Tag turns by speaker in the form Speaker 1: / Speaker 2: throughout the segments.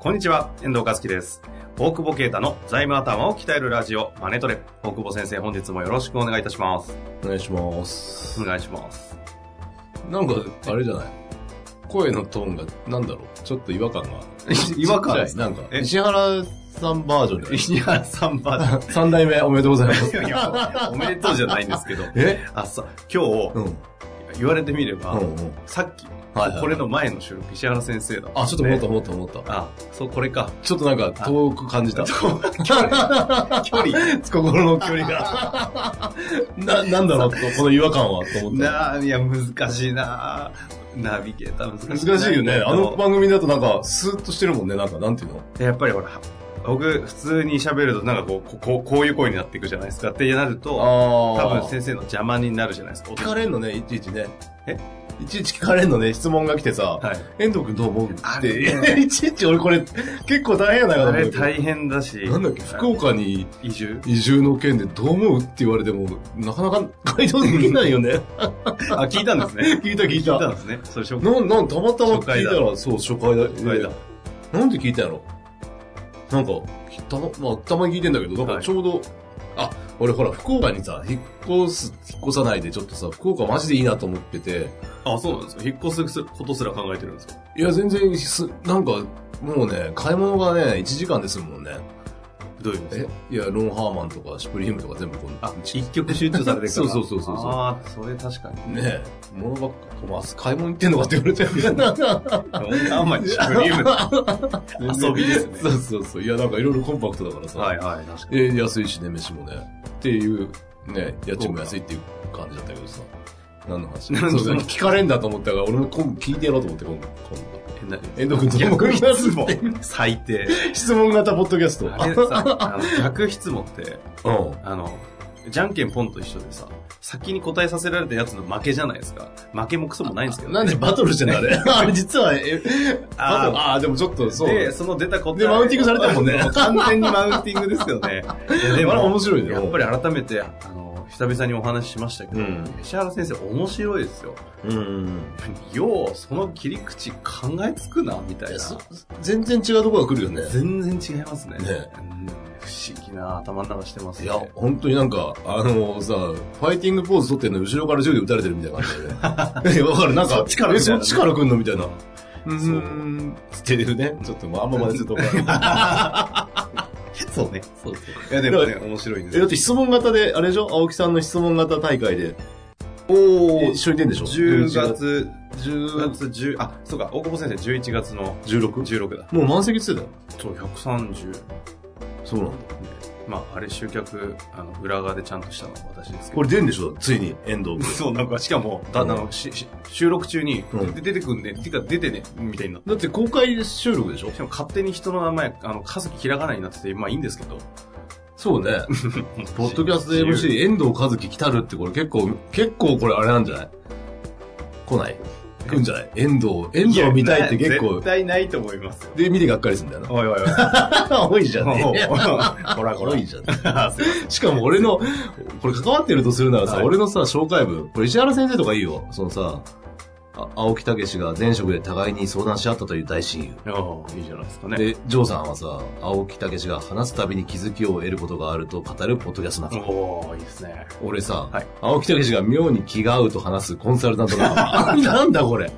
Speaker 1: こんにちは、遠藤和樹です。大久保啓太の財務頭を鍛えるラジオ、マネトレ。大久保先生、本日もよろしくお願いいたします。
Speaker 2: お願いします。
Speaker 1: お願いし ます。
Speaker 2: なんか、あれじゃない声のトーンが、なんだろうちょっと違和感が。
Speaker 1: 違和感で
Speaker 2: ちっ
Speaker 1: す
Speaker 2: ちゃいなんか、
Speaker 1: え
Speaker 2: 石原さんバージョンで。
Speaker 1: 石原さんバージ ョン
Speaker 2: 三代目おめでとうございます。
Speaker 1: いやいやおめでとうじゃないんですけど。
Speaker 2: え
Speaker 1: あ、さ、今日
Speaker 2: う、ん。うん
Speaker 1: 言われてみれば、
Speaker 2: うん。
Speaker 1: さっき、
Speaker 2: はいはい
Speaker 1: これの前の収録、石原先生だ
Speaker 2: あ、ちょっと思った思った思った。
Speaker 1: あ、そう、これ か。
Speaker 2: ちょっとなんか遠く感じた。
Speaker 1: 距離。
Speaker 2: 心の距離が。な、なんだろうここの違和感はと思った。
Speaker 1: なあ、いや、難しいなあナビゲーター難
Speaker 2: 難
Speaker 1: しい。
Speaker 2: しいよね。あの番組だとなんか、スーッとしてるもんね。なんか、なんていうの
Speaker 1: やっぱりほら、僕、普通に喋ると、なんかこう、ここうこういう声になっていくじゃないですかってなると、多
Speaker 2: あ
Speaker 1: 分先生の邪魔になるじゃないですか。
Speaker 2: 聞かれんのね、いちいちね。
Speaker 1: え
Speaker 2: いちいち聞かれんのね、質問が来てさ。
Speaker 1: はい。
Speaker 2: 遠藤くんどう思う
Speaker 1: あ
Speaker 2: っ
Speaker 1: れ
Speaker 2: て、 いちいち俺これ結構大変やな
Speaker 1: あ
Speaker 2: か
Speaker 1: れ
Speaker 2: ら
Speaker 1: 大変だし。
Speaker 2: なんだっけ、福岡に
Speaker 1: 移住
Speaker 2: 移住の件でどう思うって言われても、なかなか回答できないよ ね。
Speaker 1: あ、聞いたんですね。
Speaker 2: 聞いた聞 い
Speaker 1: 聞いたん
Speaker 2: た。
Speaker 1: ですね。それ、ショッ
Speaker 2: なん、なん、たまたま
Speaker 1: 初回
Speaker 2: 聞い
Speaker 1: だ
Speaker 2: たら、そう、初回だ。
Speaker 1: クだ。
Speaker 2: なんで聞いたんやろなんか、たま、まあ、たまに聞いてんだけど、なん
Speaker 1: は
Speaker 2: か
Speaker 1: い
Speaker 2: ちょうど、あ、俺ほら、福岡にさ、引っ越す、引っ越さないで、ちょっとさ、福岡マジでいいなと思ってて、
Speaker 1: あ、そうなんですか。引っ越すことすら考えてるんですか。
Speaker 2: いや、全然す、なんか、もうね、買い物がね、1時間ですもんね。
Speaker 1: どういうことです
Speaker 2: え
Speaker 1: か
Speaker 2: いや、ロン・ハーマンとか、シュプリームとか全部この、
Speaker 1: あ、一曲集中されてるから。
Speaker 2: そうそうそうそうそう
Speaker 1: ああ、それ確かに。
Speaker 2: ねえ、物ばっか、お前、買い物行ってんのかって言われてる
Speaker 1: あんまりシュプリーム遊びですね。
Speaker 2: そうそうそう。いや、なんかいろいろコンパクトだからさ。
Speaker 1: はいはい、確かに。
Speaker 2: え安いしね、飯もね。っていう、ね、家賃も安いっていう感じだったけどさ。何の話
Speaker 1: 何の話
Speaker 2: そうそう聞かれんだと思ったから、俺も今度聞いてやろうと思って、今度。今
Speaker 1: えな
Speaker 2: 度。遠藤君 と
Speaker 1: 逆質
Speaker 2: も
Speaker 1: 問。最低。
Speaker 2: 質問型ポッドキャスト。
Speaker 1: あれさ、あの逆質問って、
Speaker 2: うん。
Speaker 1: あの、じゃんけんポンと一緒でさ、先に答えさせられたやつの負けじゃないですか。負けもクソもないんですけど、
Speaker 2: なんでバトルして んだ、あれ。あれ実は、え、
Speaker 1: あー
Speaker 2: バトルあー、でもちょっと、そう。
Speaker 1: で、その出た答え。
Speaker 2: でマウンティングされたもんね
Speaker 1: 完全にマウンティングですよね。い やで
Speaker 2: あれ面白いね
Speaker 1: やっぱり改めて、あの、久々にお話ししましたけど、
Speaker 2: うん
Speaker 1: 石原先生面白いですよ。
Speaker 2: うん。
Speaker 1: よう、その切り口考えつくな、みたいな。
Speaker 2: そ全然違うところが来るよね。
Speaker 1: 全然違いますね。
Speaker 2: ね
Speaker 1: うん不思議な頭の中してます
Speaker 2: い
Speaker 1: ね
Speaker 2: や。、本当になんか、あのさ、ファイティングポーズ撮ってんのに後ろから銃で撃たれてるみたいな感じだよね。え わかるなんか、
Speaker 1: そっちから
Speaker 2: え
Speaker 1: みたいな
Speaker 2: そっちから来んのみたいな。う
Speaker 1: う
Speaker 2: ー
Speaker 1: ん
Speaker 2: ん。っていうね。ちょっと、まあ、あんま真似すると思う。
Speaker 1: そうね。そうそう。いや、でもね、面白いんです
Speaker 2: え、だ
Speaker 1: よ。
Speaker 2: って質問型で、あれでしょ青木さんの質問型大会で、
Speaker 1: お
Speaker 2: え一緒に出んでしょ
Speaker 1: 10
Speaker 2: 11
Speaker 1: 月、10月10、あ、そうか、大久保先生11月の
Speaker 2: 16?
Speaker 1: 16だ。
Speaker 2: もう満席って言って
Speaker 1: そう、130。
Speaker 2: たよ。そうなんだ。
Speaker 1: まあ、あれ集客、あの、裏側でちゃんとしたのは私ですけど。
Speaker 2: これ出んでしょついに、遠 藤君。
Speaker 1: そう、なんか、しかも、だあの、しし収録中に、
Speaker 2: うん
Speaker 1: で出てくんね、てか出てね、みたいな。
Speaker 2: だって公開収録でしょ
Speaker 1: しかも勝手に人の名前、あの、かずきひらがなになってて、まあいいんですけど。
Speaker 2: そうね。ポッドキャスト MC、遠藤和樹来たるってこれ結構、結構これあれなんじゃない来ない来んじゃない遠藤、遠藤見たいって結
Speaker 1: やな
Speaker 2: 構
Speaker 1: 絶、対ないと思いますよ。
Speaker 2: で見てがっかりするんだよ
Speaker 1: おい おいおい。
Speaker 2: な。 多いじゃんね。
Speaker 1: ほらほ
Speaker 2: 多
Speaker 1: ら。
Speaker 2: いじゃんね。 しかも俺の、これ関わってるとするならさ、
Speaker 1: はい
Speaker 2: 俺のさ、紹介文、これ石原先生とかいいよ。そのさ、あ青木武が前職で互いに相談し合ったという大親
Speaker 1: あ
Speaker 2: 友。
Speaker 1: あいいじゃないですかね。
Speaker 2: で、ジョーさんはさ、青木武が話すたびに気づきを得ることがあると語るポッドキャストなんだ
Speaker 1: おー、いいですね。
Speaker 2: 俺さ、
Speaker 1: はい
Speaker 2: 青木武が妙に気が合うと話すコンサルタン トだ。なんだこれ。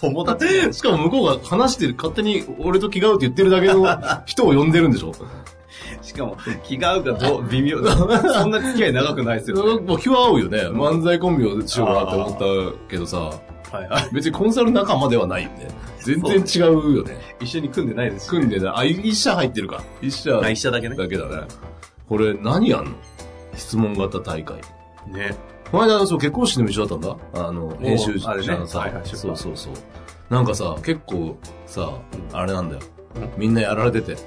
Speaker 1: 友達。
Speaker 2: しかも向こうが話してる、勝手に俺と気が合うって言ってるだけの人を呼んでるんでしょ
Speaker 1: しかも、気が合うかどう、微妙。 そんな付き合い長くないですよ、ね。
Speaker 2: もう気は合うよね。漫才コンビをしようかなって思ったけどさ、
Speaker 1: はいはい。
Speaker 2: 別にコンサル仲間ではないよね。全然違うよね。
Speaker 1: 一緒に組んでないですし。
Speaker 2: 組んでない。あ、一社入ってるか。一社
Speaker 1: あ
Speaker 2: だ
Speaker 1: 一社だけね。
Speaker 2: けだね。これ何やんの質問型大会。
Speaker 1: ね。
Speaker 2: この間、そう、結婚式でも一緒だったんだ。あの、編集
Speaker 1: あれね
Speaker 2: 者のさ、
Speaker 1: はいはい
Speaker 2: そうそうそう。なんかさ、結構さ、あれなんだよ。みんなやられてて。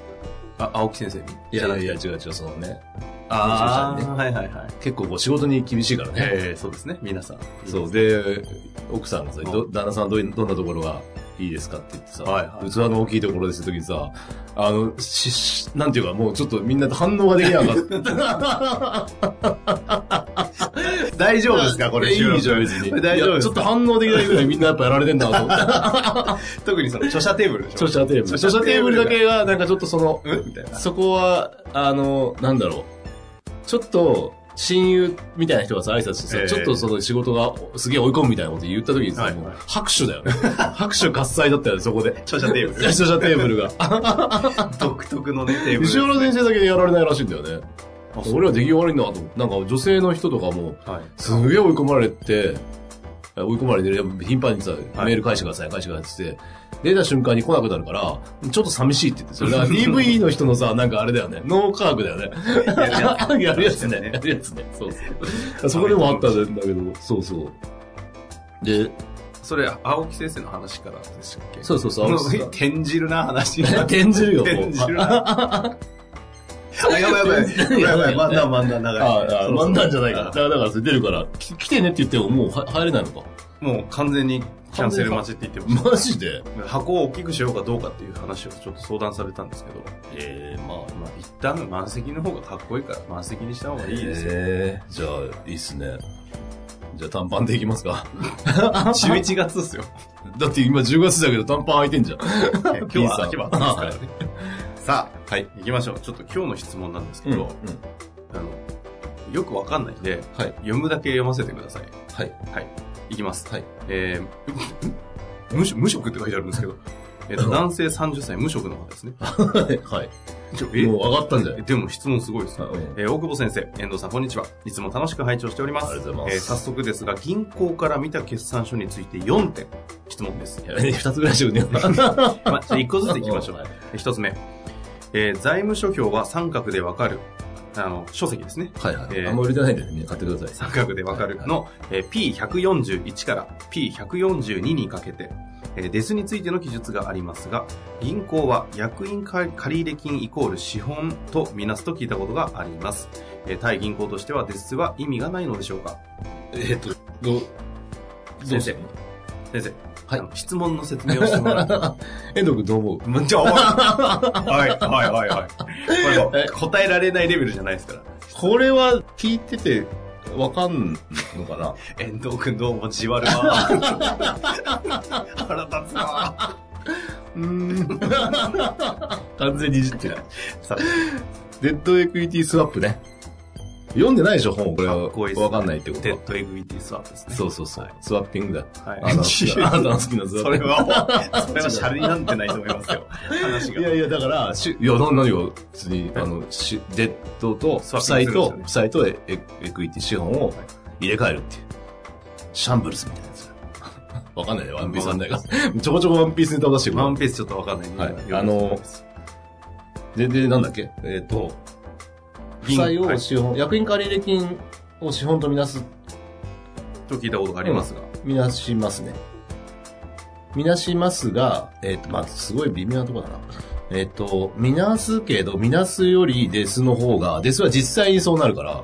Speaker 1: あ、青木先生に。
Speaker 2: いやいやいや、違う違う、そのね。あー
Speaker 1: 編集者にねはいはいはい。
Speaker 2: 結構こう仕事に厳しいからね。
Speaker 1: えー、そうですね、皆さん。
Speaker 2: そう。で、奥さんがさ、
Speaker 1: うん
Speaker 2: ど旦那さんはどういどんなところがいいですかって言ってさ、
Speaker 1: はいはい
Speaker 2: 器の大きいところですって時にさ、あの、し、しなんていうかもうちょっとみんな反応ができな かった。
Speaker 1: 大丈夫ですかこれ
Speaker 2: いやいいじゃん、
Speaker 1: 収
Speaker 2: 別
Speaker 1: 録
Speaker 2: に。
Speaker 1: 大丈夫
Speaker 2: い
Speaker 1: で
Speaker 2: やち
Speaker 1: す
Speaker 2: ょっと反応できないぐらいみんなやっぱやられてんだなと 思って。
Speaker 1: 特にその著者テーブルでしょ
Speaker 2: 著者テーブル。
Speaker 1: 著
Speaker 2: 著
Speaker 1: 者
Speaker 2: 者
Speaker 1: テ
Speaker 2: テ
Speaker 1: ーブ
Speaker 2: ーブ
Speaker 1: ル
Speaker 2: ル
Speaker 1: が
Speaker 2: だけは、なんかちょっとその、
Speaker 1: うんみたいな。
Speaker 2: そこは、あの、なんだろう。ちょっと、親友みたいな人がさ、挨拶してさ、
Speaker 1: ええ
Speaker 2: ちょっとその仕事がすげえ追い込むみたいなこと言った時にさ、
Speaker 1: はい
Speaker 2: もう拍手だよね。 拍手喝采だったよね、そこ で。
Speaker 1: 著者テー ブル。
Speaker 2: 視聴者テ ーブルが。
Speaker 1: 独特のね、テーブル。
Speaker 2: 後ろの電車だけでやられないらしいんだよね。
Speaker 1: あそう
Speaker 2: 俺は出来が悪いんだなと思って。なんか女性の人とかも、
Speaker 1: はい。
Speaker 2: すげえ追い込まれて、追い込まれて、やっぱ頻繁にさ、
Speaker 1: い
Speaker 2: メール返してください、返してくださいって言って、出た瞬間に来なくなるから、ちょっと寂しいって言って、それだから DV の人のさ、なんかあれだよね、脳科学だよね。やるやつね。やるやつね。そうそう。そこでもあったんだけど、そうそう。で、
Speaker 1: それ、青木先生の話からでしたっけ
Speaker 2: そうそうそう、青木さ ん
Speaker 1: 転じるな、話が。
Speaker 2: 転じるよ、も
Speaker 1: 転
Speaker 2: う。
Speaker 1: じるな。あ、やばいやばい。やばいやばい、漫談漫談
Speaker 2: あ
Speaker 1: 長い。
Speaker 2: あ、漫談じゃないから。だ
Speaker 1: あ
Speaker 2: から、だからそれ出るから、き来てねって言ってももうは入れないのか。
Speaker 1: もう完全にキャンセル待ちって言ってました。
Speaker 2: マジで
Speaker 1: 箱を大きくしようかどうかっていう話をちょっと相談されたんですけど、
Speaker 2: ええまあ、
Speaker 1: まあ一旦満席の方がかっこいいから満席にした方がいいですよ。
Speaker 2: えーじゃあ、いいっすね。じゃあ短パンでいきますか。
Speaker 1: 11月ですよ。
Speaker 2: だって今10月だけど短パン空いてんじゃん。
Speaker 1: 今日は秋は暑い
Speaker 2: いい
Speaker 1: ですからね。 さあ、
Speaker 2: はい。
Speaker 1: 行きましょう。ちょっと今日の質問なんですけど、あの、よくわかんないんで、
Speaker 2: はい
Speaker 1: 読むだけ読ませてください。
Speaker 2: はい。
Speaker 1: いきます。
Speaker 2: はい
Speaker 1: えー、無 職無職って書いてあるんですけど、えっと、男性30歳無職の方ですね。
Speaker 2: はい。
Speaker 1: ちょ
Speaker 2: もう上がったんじゃない
Speaker 1: えでも質問すごいですね。
Speaker 2: あうん
Speaker 1: えー大久保先生、遠藤さん、こんにちは。いつも楽しく拝聴しております。
Speaker 2: ありがとうございます
Speaker 1: えー早速ですが、銀行から見た決算書について4点、質問 です。
Speaker 2: やべえ、二つぐらいしようね。 行
Speaker 1: まあ、じゃあ1個ずついきましょう。一つ目、えー財務諸表は三角でわかる、あの、書籍ですね。
Speaker 2: はいはい。
Speaker 1: えー
Speaker 2: あんま売れてないんでね、買ってください。
Speaker 1: 三角でわかるの、えー P141 から P142 にかけて、えーデスについての記述がありますが、銀行は役員借入金イコール資本とみなすと聞いたことがあります。えー対銀行としてはデスは意味がないのでしょうか
Speaker 2: えっと、どう、どうして
Speaker 1: 先生、
Speaker 2: はい
Speaker 1: あの質問の説明をしてもらって。
Speaker 2: 遠藤君どう思う
Speaker 1: むっちゃ重い。はい、はい、はい、はい。これ答えられないレベルじゃないですから。
Speaker 2: これは聞いてて、わかんのかな
Speaker 1: 遠藤くんどうもじわるわ。腹立つな。
Speaker 2: うーん。 完全にいじってない。
Speaker 1: さ
Speaker 2: デッドエクイティスワップね。読んでないでしょ、本。これ
Speaker 1: かっこいいっすね
Speaker 2: わかんないってこと
Speaker 1: デ
Speaker 2: は
Speaker 1: ッ。ドエグイティスワップですね。
Speaker 2: そうそうそう。
Speaker 1: はい
Speaker 2: スワッピングだよ。
Speaker 1: はい。
Speaker 2: あなたの好きなあなたの好きなスワッ
Speaker 1: そ
Speaker 2: ピ
Speaker 1: れ
Speaker 2: ング。
Speaker 1: は、 それはシャレになんてないと思いますよ。話
Speaker 2: い
Speaker 1: が。
Speaker 2: やいや、だから、しいや、な何が、別に、あの、しデッドと、
Speaker 1: スワ
Speaker 2: 負
Speaker 1: ッピン
Speaker 2: 債
Speaker 1: グするんですよ
Speaker 2: と
Speaker 1: ね、
Speaker 2: 負債とエエエクイティ資本を入れ替えるっていう。シャンブルスみたいなや つ。わかんないね、ワンピースなんだが。ちょこちょこワンピースネタを出してく
Speaker 1: ワン
Speaker 2: る。
Speaker 1: ピースちょっとわかんないんで。
Speaker 2: はいあので、で、なんだっけえっと、負
Speaker 1: 銀
Speaker 2: 債を
Speaker 1: はい
Speaker 2: 資本、役員借入金を資本とみなす、
Speaker 1: と聞いたことがありますが。
Speaker 2: みなしますね。みなしますが、えっ、と、まあ、すごい微妙なとこだな。えっ、と、みなすけど、みなすよりデスの方が、デスは実際にそうなるから、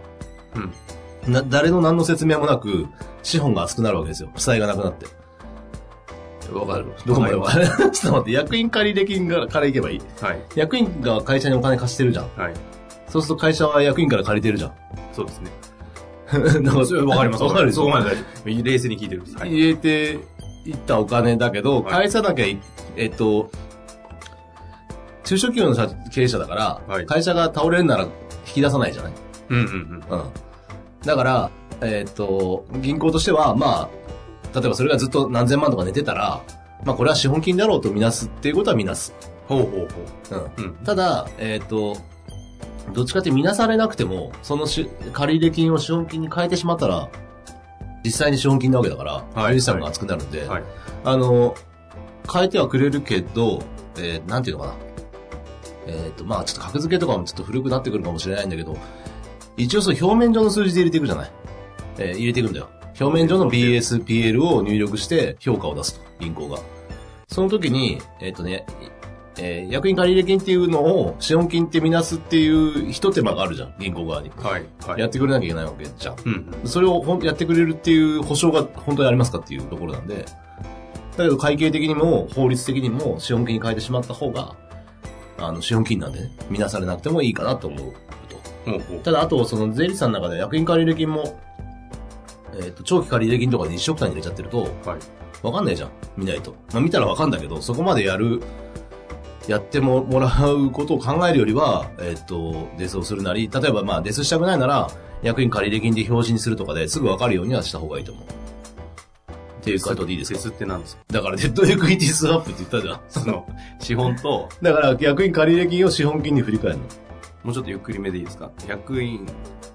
Speaker 2: な、誰の何の説明もなく、資本が厚くなるわけですよ。負債がなくなって。わかるどこまでわかる ちょっと待って、役員借入金がから行けばいい
Speaker 1: はい。
Speaker 2: 役員が会社にお金貸してるじゃん。
Speaker 1: はい。
Speaker 2: そうすると会社は役員から借りてるじゃん。
Speaker 1: そうですね。
Speaker 2: だ から
Speaker 1: わかります。
Speaker 2: わかるでしょ
Speaker 1: そこまで大丈夫。冷静に聞いてるんです。はい。
Speaker 2: 入れていったお金だけど、
Speaker 1: はい
Speaker 2: 返さなきゃい、えっと、中小企業の社経営者だから、
Speaker 1: はい
Speaker 2: 会社が倒れるなら引き出さないじゃない
Speaker 1: うんうんうん。
Speaker 2: うん。だから、えっと、銀行としては、まあ、例えばそれがずっと何千万とか寝てたら、まあこれは資本金だろうとみなすっていうことはみなす。
Speaker 1: ほうほうほ
Speaker 2: うん。
Speaker 1: う。うん。
Speaker 2: ただ、えっ、と、どっちかって見なされなくても、そのし借入金を資本金に変えてしまったら、実際に資本金なわけだから、
Speaker 1: はい
Speaker 2: 資産が厚くなるんで、
Speaker 1: はい。
Speaker 2: あの、変えてはくれるけど、えーなんていうのかな。えっ、と、まあちょっと格付けとかもちょっと古くなってくるかもしれないんだけど、一応そう表面上の数字で入れていくじゃない。ええー入れていくんだよ。表面上の BSPL を入力して評価を出すと、銀行が。その時に、えっ、とね、えー役員借入金っていうのを資本金ってみなすっていう一手間があるじゃん、銀行側に。
Speaker 1: はい。はい。
Speaker 2: やってくれなきゃいけないわけじゃん。
Speaker 1: うん。
Speaker 2: それをほんやってくれるっていう保証が本当にありますかっていうところなんで、だけど会計的にも法律的にも資本金に変えてしまった方が、あの、資本金なんでね、見なされなくてもいいかなと思うと。
Speaker 1: ほうほう。
Speaker 2: ただ、あと、その税理士さんの中で役員借入金も、えっ、と、長期借入金とかで一緒くたに入れちゃってると、
Speaker 1: はい。
Speaker 2: わかんないじゃん。見ないと。まあ、見たらわかんだけど、そこまでやる、やってももらうことを考えるよりは、えっと、デスをするなり、例えばまあ、デスしたくないなら、役員借入金で表示にするとかですぐわかるようにはした方がいいと思う。っていう回答でいいです
Speaker 1: 説
Speaker 2: か
Speaker 1: って何ですか
Speaker 2: だから、デッドエクイティスワップって言ったじゃん。
Speaker 1: その、資本と、
Speaker 2: だから、役員借入金を資本金に振り返るの。
Speaker 1: もうちょっとゆっくりめでいいですか役員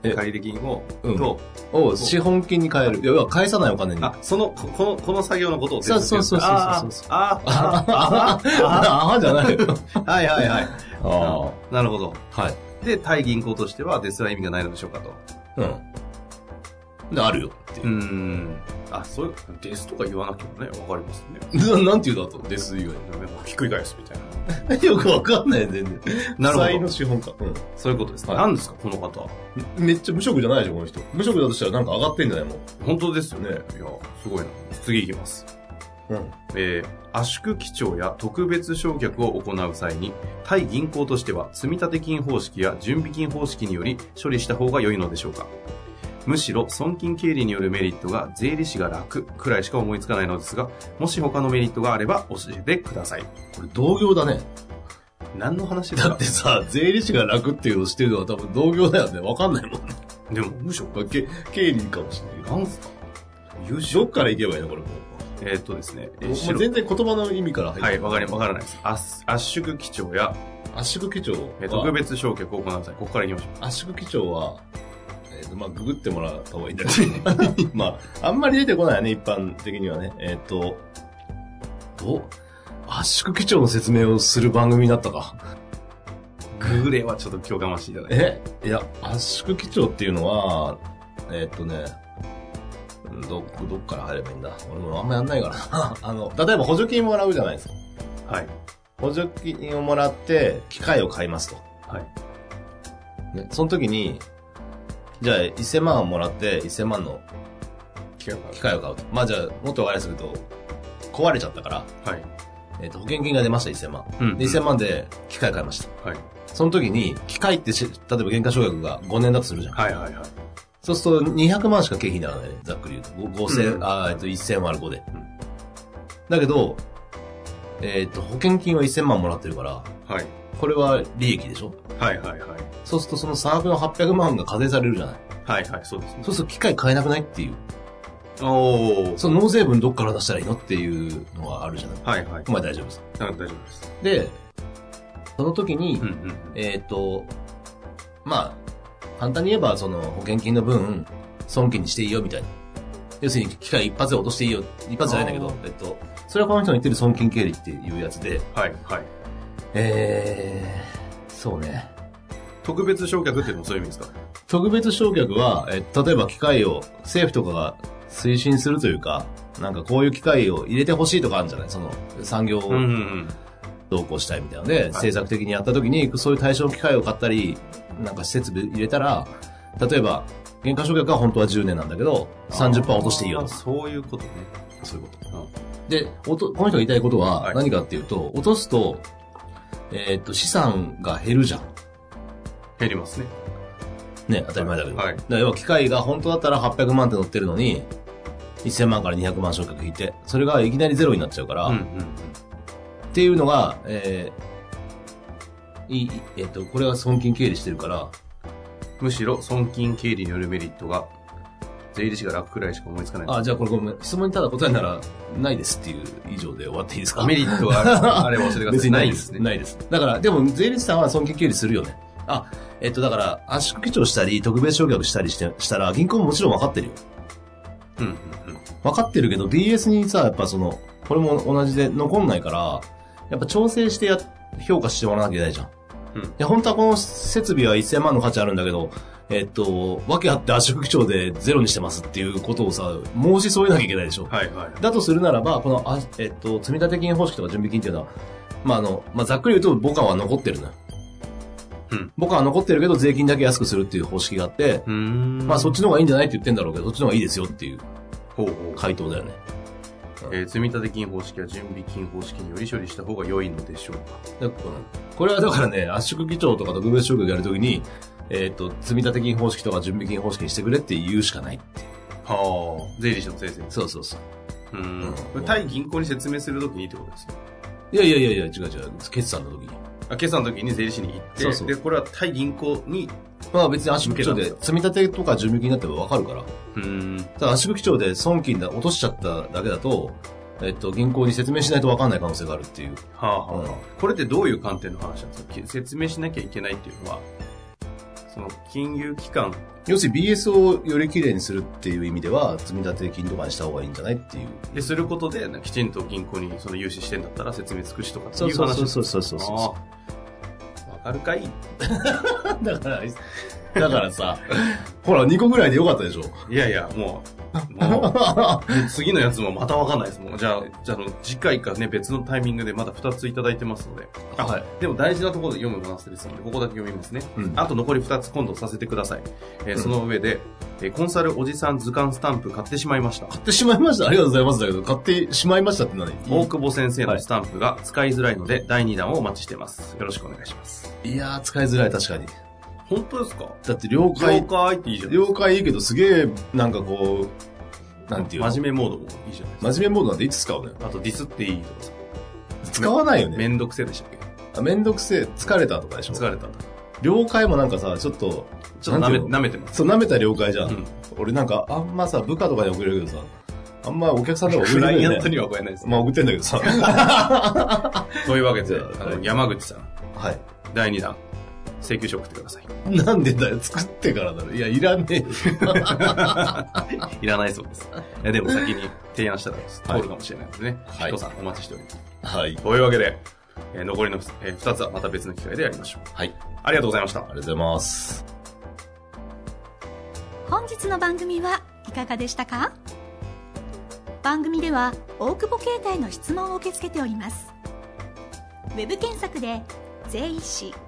Speaker 2: え
Speaker 1: 借入金を、
Speaker 2: うん
Speaker 1: と、
Speaker 2: を資本金に変える。いや、要は返さないお金に。
Speaker 1: あ、その、ここの、この作業のことを
Speaker 2: そうそうそうそう
Speaker 1: あ
Speaker 2: そうそう
Speaker 1: あーあ
Speaker 2: ああ、ああじゃないよ。
Speaker 1: ー、はいはいはい。
Speaker 2: あ
Speaker 1: なるほど。
Speaker 2: あ。はい。
Speaker 1: で、対銀行としては、ですら意味がないのでしょうかと。
Speaker 2: うん。で、あるよっていう
Speaker 1: うーん。あ、そういう、ですとか言わなきゃね、わかりますね。
Speaker 2: ななんて言うだと、です以
Speaker 1: ひっくり返すみたい
Speaker 2: 外に。 よくわかんないよ、全然。
Speaker 1: な。な
Speaker 2: 負
Speaker 1: る
Speaker 2: 債
Speaker 1: ほ
Speaker 2: の
Speaker 1: ど。
Speaker 2: 資本家。うん
Speaker 1: そういうことですね。
Speaker 2: はい
Speaker 1: 何ですか、この方。
Speaker 2: め。めっちゃ無職じゃないでしょ、この人。無職だとしたらなんか上がってんじゃないもん。
Speaker 1: 本当ですよね。い
Speaker 2: ね
Speaker 1: や、すごいな。次いきます。
Speaker 2: うん。
Speaker 1: えー圧縮基調や特別償却を行う際に対銀行としては積立金方式や準備金方式により処理した方が良いのでしょうかむしろ損金経理によるメリットが税理士が楽くらいしか思いつかないのですがもし他のメリットがあれば教えてください
Speaker 2: これ同業だね。
Speaker 1: 何の話です
Speaker 2: だ
Speaker 1: か
Speaker 2: ってさ、税理士が楽っていうのをしてるのは多分同業だよね。わかんないもんね。
Speaker 1: でも無職
Speaker 2: まあけ経理かもしれないけど。
Speaker 1: なんすか優秀
Speaker 2: どっから行けばいいのこれもう。
Speaker 1: えーっとですね、えー
Speaker 2: もう
Speaker 1: 白
Speaker 2: 全然言葉の意味から入
Speaker 1: はい、わかり、
Speaker 2: ま
Speaker 1: わからないです。圧圧縮基調や、
Speaker 2: 圧縮基調
Speaker 1: えー特
Speaker 2: は、
Speaker 1: 別償却を行う際、ここから行きましょう。
Speaker 2: 圧縮基調は、えっ、と、まあ、ググってもらった方がいいんだけど、まあ、あんまり出てこないよね、一般的にはね。えっ、と、どう圧縮基調の説明をする番組だったか。
Speaker 1: ググレはちょっと今日我慢していただいて。
Speaker 2: えいや、圧縮基調っていうのは、えっ、とね、うんど、どっから入ればいいんだ俺もあんまやんないから な。あの、例えば補助金もらうじゃないですか。
Speaker 1: はい。
Speaker 2: 補助金をもらって、機械を買いますと。
Speaker 1: はい。
Speaker 2: ね、その時に、じゃあ1000万をもらって、1000万の機械を買うと。まあじゃあ、もっと分かりやすく言うと、壊れちゃったから、
Speaker 1: はい。
Speaker 2: えっ、と、保険金が出ました、1000万。
Speaker 1: うん
Speaker 2: で、1000万で機械買いました。
Speaker 1: はい。
Speaker 2: その時に、機械ってし、例えば原価償額が5年だとするじゃん。
Speaker 1: はいはいはい。
Speaker 2: そうすると、200万しか経費にならないね、ざっくり言うと。5000、
Speaker 1: うん
Speaker 2: あーえっと、1000割る5で。
Speaker 1: うん
Speaker 2: だけど、えっ、と、保険金は1000万もらってるから、
Speaker 1: はい。
Speaker 2: これは利益でしょ
Speaker 1: はいはいはい。
Speaker 2: そうすると、その差額の800万が課税されるじゃない。
Speaker 1: はいはい、そうですね。
Speaker 2: そうすると、機械買えなくないっていう。
Speaker 1: おー。
Speaker 2: その納税分どっから出したらいいのっていうのがあるじゃない。
Speaker 1: はいはい。
Speaker 2: まあ大丈夫です。
Speaker 1: なんか大丈夫です。
Speaker 2: で、その時に、
Speaker 1: うんうん。
Speaker 2: えっ、と、まあ、簡単に言えば、その保険金の分、損金にしていいよみたいな。要するに、機械一発で落としていいよ。一発じゃないんだけ
Speaker 1: あ
Speaker 2: ど、えっと、それはこの人の言ってる損金経理っていうやつで、
Speaker 1: はいはい。
Speaker 2: えー、そうね。
Speaker 1: 特別償却っていうのもそういう意味ですか
Speaker 2: 特別償却は、え例えば機械を政府とかが推進するというか、なんかこういう機械を入れてほしいとかあるんじゃないその産業を
Speaker 1: うんうんうん。
Speaker 2: どうこうしたいみたいなので、政策的にやった時に、そういう対象の機械を買ったり、なんか設備入れたら、例えば、原価償却は本当は10年なんだけど、30%落としていい
Speaker 1: あ
Speaker 2: よ
Speaker 1: ー。そういうことね。
Speaker 2: そういうこと
Speaker 1: うん
Speaker 2: で、おとこの人が言いたいこと
Speaker 1: は
Speaker 2: はい何かっていうと、落とすと、えーっと、資産が減るじゃん。
Speaker 1: 減りますね。
Speaker 2: ね、当たり前だけど。
Speaker 1: はい
Speaker 2: だから要は機械が本当だったら800万って乗ってるのに、1000万から200万償却引いて、それがいきなりゼロになっちゃうから、
Speaker 1: うんう
Speaker 2: っ
Speaker 1: んうん。
Speaker 2: ていうのが、えーいいえーっと、これは損金経理してるから、
Speaker 1: むしろ、損金経理によるメリットが、税理士が楽くらいしか思いつかない。
Speaker 2: あ、じゃあこれごめん。質問にただ答えなら、ないですっていう以上で終わっていいですか
Speaker 1: メリットがあればあれば教えてください。
Speaker 2: 別にないです。
Speaker 1: ね。
Speaker 2: ないです。だから、でも税理士さんは損金経理するよね。あ、えっと、だから、圧縮基調したり、特別償却したりして、したら、銀行ももちろん分かってるよ。
Speaker 1: うんうんうん。
Speaker 2: 分かってるけど、BS にさ、やっぱその、これも同じで残んないから、やっぱ調整してや、評価してもらわなきゃいけないじゃん。
Speaker 1: うん
Speaker 2: いや、本当はこの設備は1000万の価値あるんだけど、えっと、わけあって圧縮基調でゼロにしてますっていうことをさ、申し添えなきゃいけないでしょ。
Speaker 1: はいはい。
Speaker 2: だとするならば、この、あえっと、積立金方式とか準備金っていうのは、まあ、あの、まあ、ざっくり言うと、母価は残ってるな。
Speaker 1: うん。
Speaker 2: 母価は残ってるけど、税金だけ安くするっていう方式があって、
Speaker 1: うーん。
Speaker 2: まあ、そっちの方がいいんじゃないって言ってんだろうけど、そっちの方がいいですよっていう
Speaker 1: ほうほう。
Speaker 2: 回答だよね。
Speaker 1: えー、積立金方式や準備金方式により処理した方が良いのでしょうか。
Speaker 2: だからこれはだからね、圧縮基調とか特別職業やるときに、えっ、と、積立金方式とか準備金方式にしてくれって言うしかないっていう。
Speaker 1: はあ。税理士の先生。
Speaker 2: そうそうそう。
Speaker 1: う
Speaker 2: うん
Speaker 1: ん。これ対銀行に説明するときにってことですね。
Speaker 2: いやいやいやいや、違う違う。決算のときに。
Speaker 1: あ、決算の時に税理士に行って、
Speaker 2: そうそう
Speaker 1: で、これは対銀行に、
Speaker 2: まあ別に圧縮基調で、積立とか準備金だってわかるから。
Speaker 1: うーん。
Speaker 2: ただ圧縮基調で損金だ、落としちゃっただけだと、えっ、と、銀行に説明しないとわかんない可能性があるっていう。
Speaker 1: はあはあ、
Speaker 2: うん
Speaker 1: これってどういう観点の話なんですかき説明しなきゃいけないっていうのは、その、金融機関、
Speaker 2: 要するに BS をよりきれいにするっていう意味では、積立金とかにした方がいいんじゃないっていう。
Speaker 1: ですることで、きちんと銀行にその融資してんだったら説明尽くしとかって
Speaker 2: そ
Speaker 1: いうう
Speaker 2: そう
Speaker 1: 話
Speaker 2: そう
Speaker 1: う
Speaker 2: そうそうそうそう。
Speaker 1: わかるかい
Speaker 2: だから、 だからさ、ほら、2個ぐらいでよかったで しょ。
Speaker 1: いやいや、もう、もう、次のやつもまたわかんないですもん。じゃあ、じゃああの、次回かね、別のタイミングでまだ2ついただいてますので。あ
Speaker 2: はい
Speaker 1: でも大事なところで読む話ですので、ここだけ読みますね。
Speaker 2: うん
Speaker 1: あと残り2つ今度させてください。えー
Speaker 2: うん
Speaker 1: その上で、えーコンサルおじさん図鑑スタンプ買ってしまいました。
Speaker 2: 買ってしまいました。ありがとうございます。だけど、買ってしまいましたって何
Speaker 1: 大久保先生のスタンプが使いづらいので、第2弾をお待ちしてます。よろしくお願いします。
Speaker 2: いやー、使いづらい、確かに。
Speaker 1: 本当ですか
Speaker 2: だって、了
Speaker 1: 了
Speaker 2: 解、
Speaker 1: 解っていいじゃないで
Speaker 2: 了解いいけど、すげえ、なんかこう、なんて
Speaker 1: す
Speaker 2: いう
Speaker 1: か。
Speaker 2: の
Speaker 1: 真面目モードもいいじゃないですか。
Speaker 2: 真面目モードなんていつ使うのよ。
Speaker 1: あとディスっていいとかさ。
Speaker 2: 使わないよ
Speaker 1: め
Speaker 2: ね。
Speaker 1: んどくせえでしたっけ
Speaker 2: あめんどくせえ、疲れたとかでしょ。
Speaker 1: 疲れたとか。
Speaker 2: 了解もなんかさ、ちょっと、
Speaker 1: ちょっと舐め
Speaker 2: なんていうの
Speaker 1: 舐めてます。
Speaker 2: そう、舐めた了解じゃん。
Speaker 1: うん
Speaker 2: 俺なんか、あんまさ、部下とかに送れるけどさ、あんまお客さんとか送
Speaker 1: ク
Speaker 2: れな
Speaker 1: ラ
Speaker 2: い
Speaker 1: イ
Speaker 2: よ
Speaker 1: ア
Speaker 2: ね
Speaker 1: ント。には超えないです。
Speaker 2: まあ送ってんだけどさ。
Speaker 1: というわけで、
Speaker 2: はい
Speaker 1: あの山口さん、
Speaker 2: はい。
Speaker 1: 第2弾、請求書送ってください。
Speaker 2: なんでだよ、作ってからだろ。いや、いらねえよ。
Speaker 1: いらないそう です。えでも先に提案したら
Speaker 2: はい
Speaker 1: 通るかもしれないのでね、
Speaker 2: はい
Speaker 1: 人さんお待ちしております。
Speaker 2: はい。
Speaker 1: というわけで、えー残りの、え2つはまた別の機会でやりましょう。
Speaker 2: はい。
Speaker 1: ありがとうございました
Speaker 2: あ。りがとうございます。
Speaker 3: 本日の番組はいかがでしたか番組では大久保携帯の質問を受け付けておりますウェブ検索で「税理士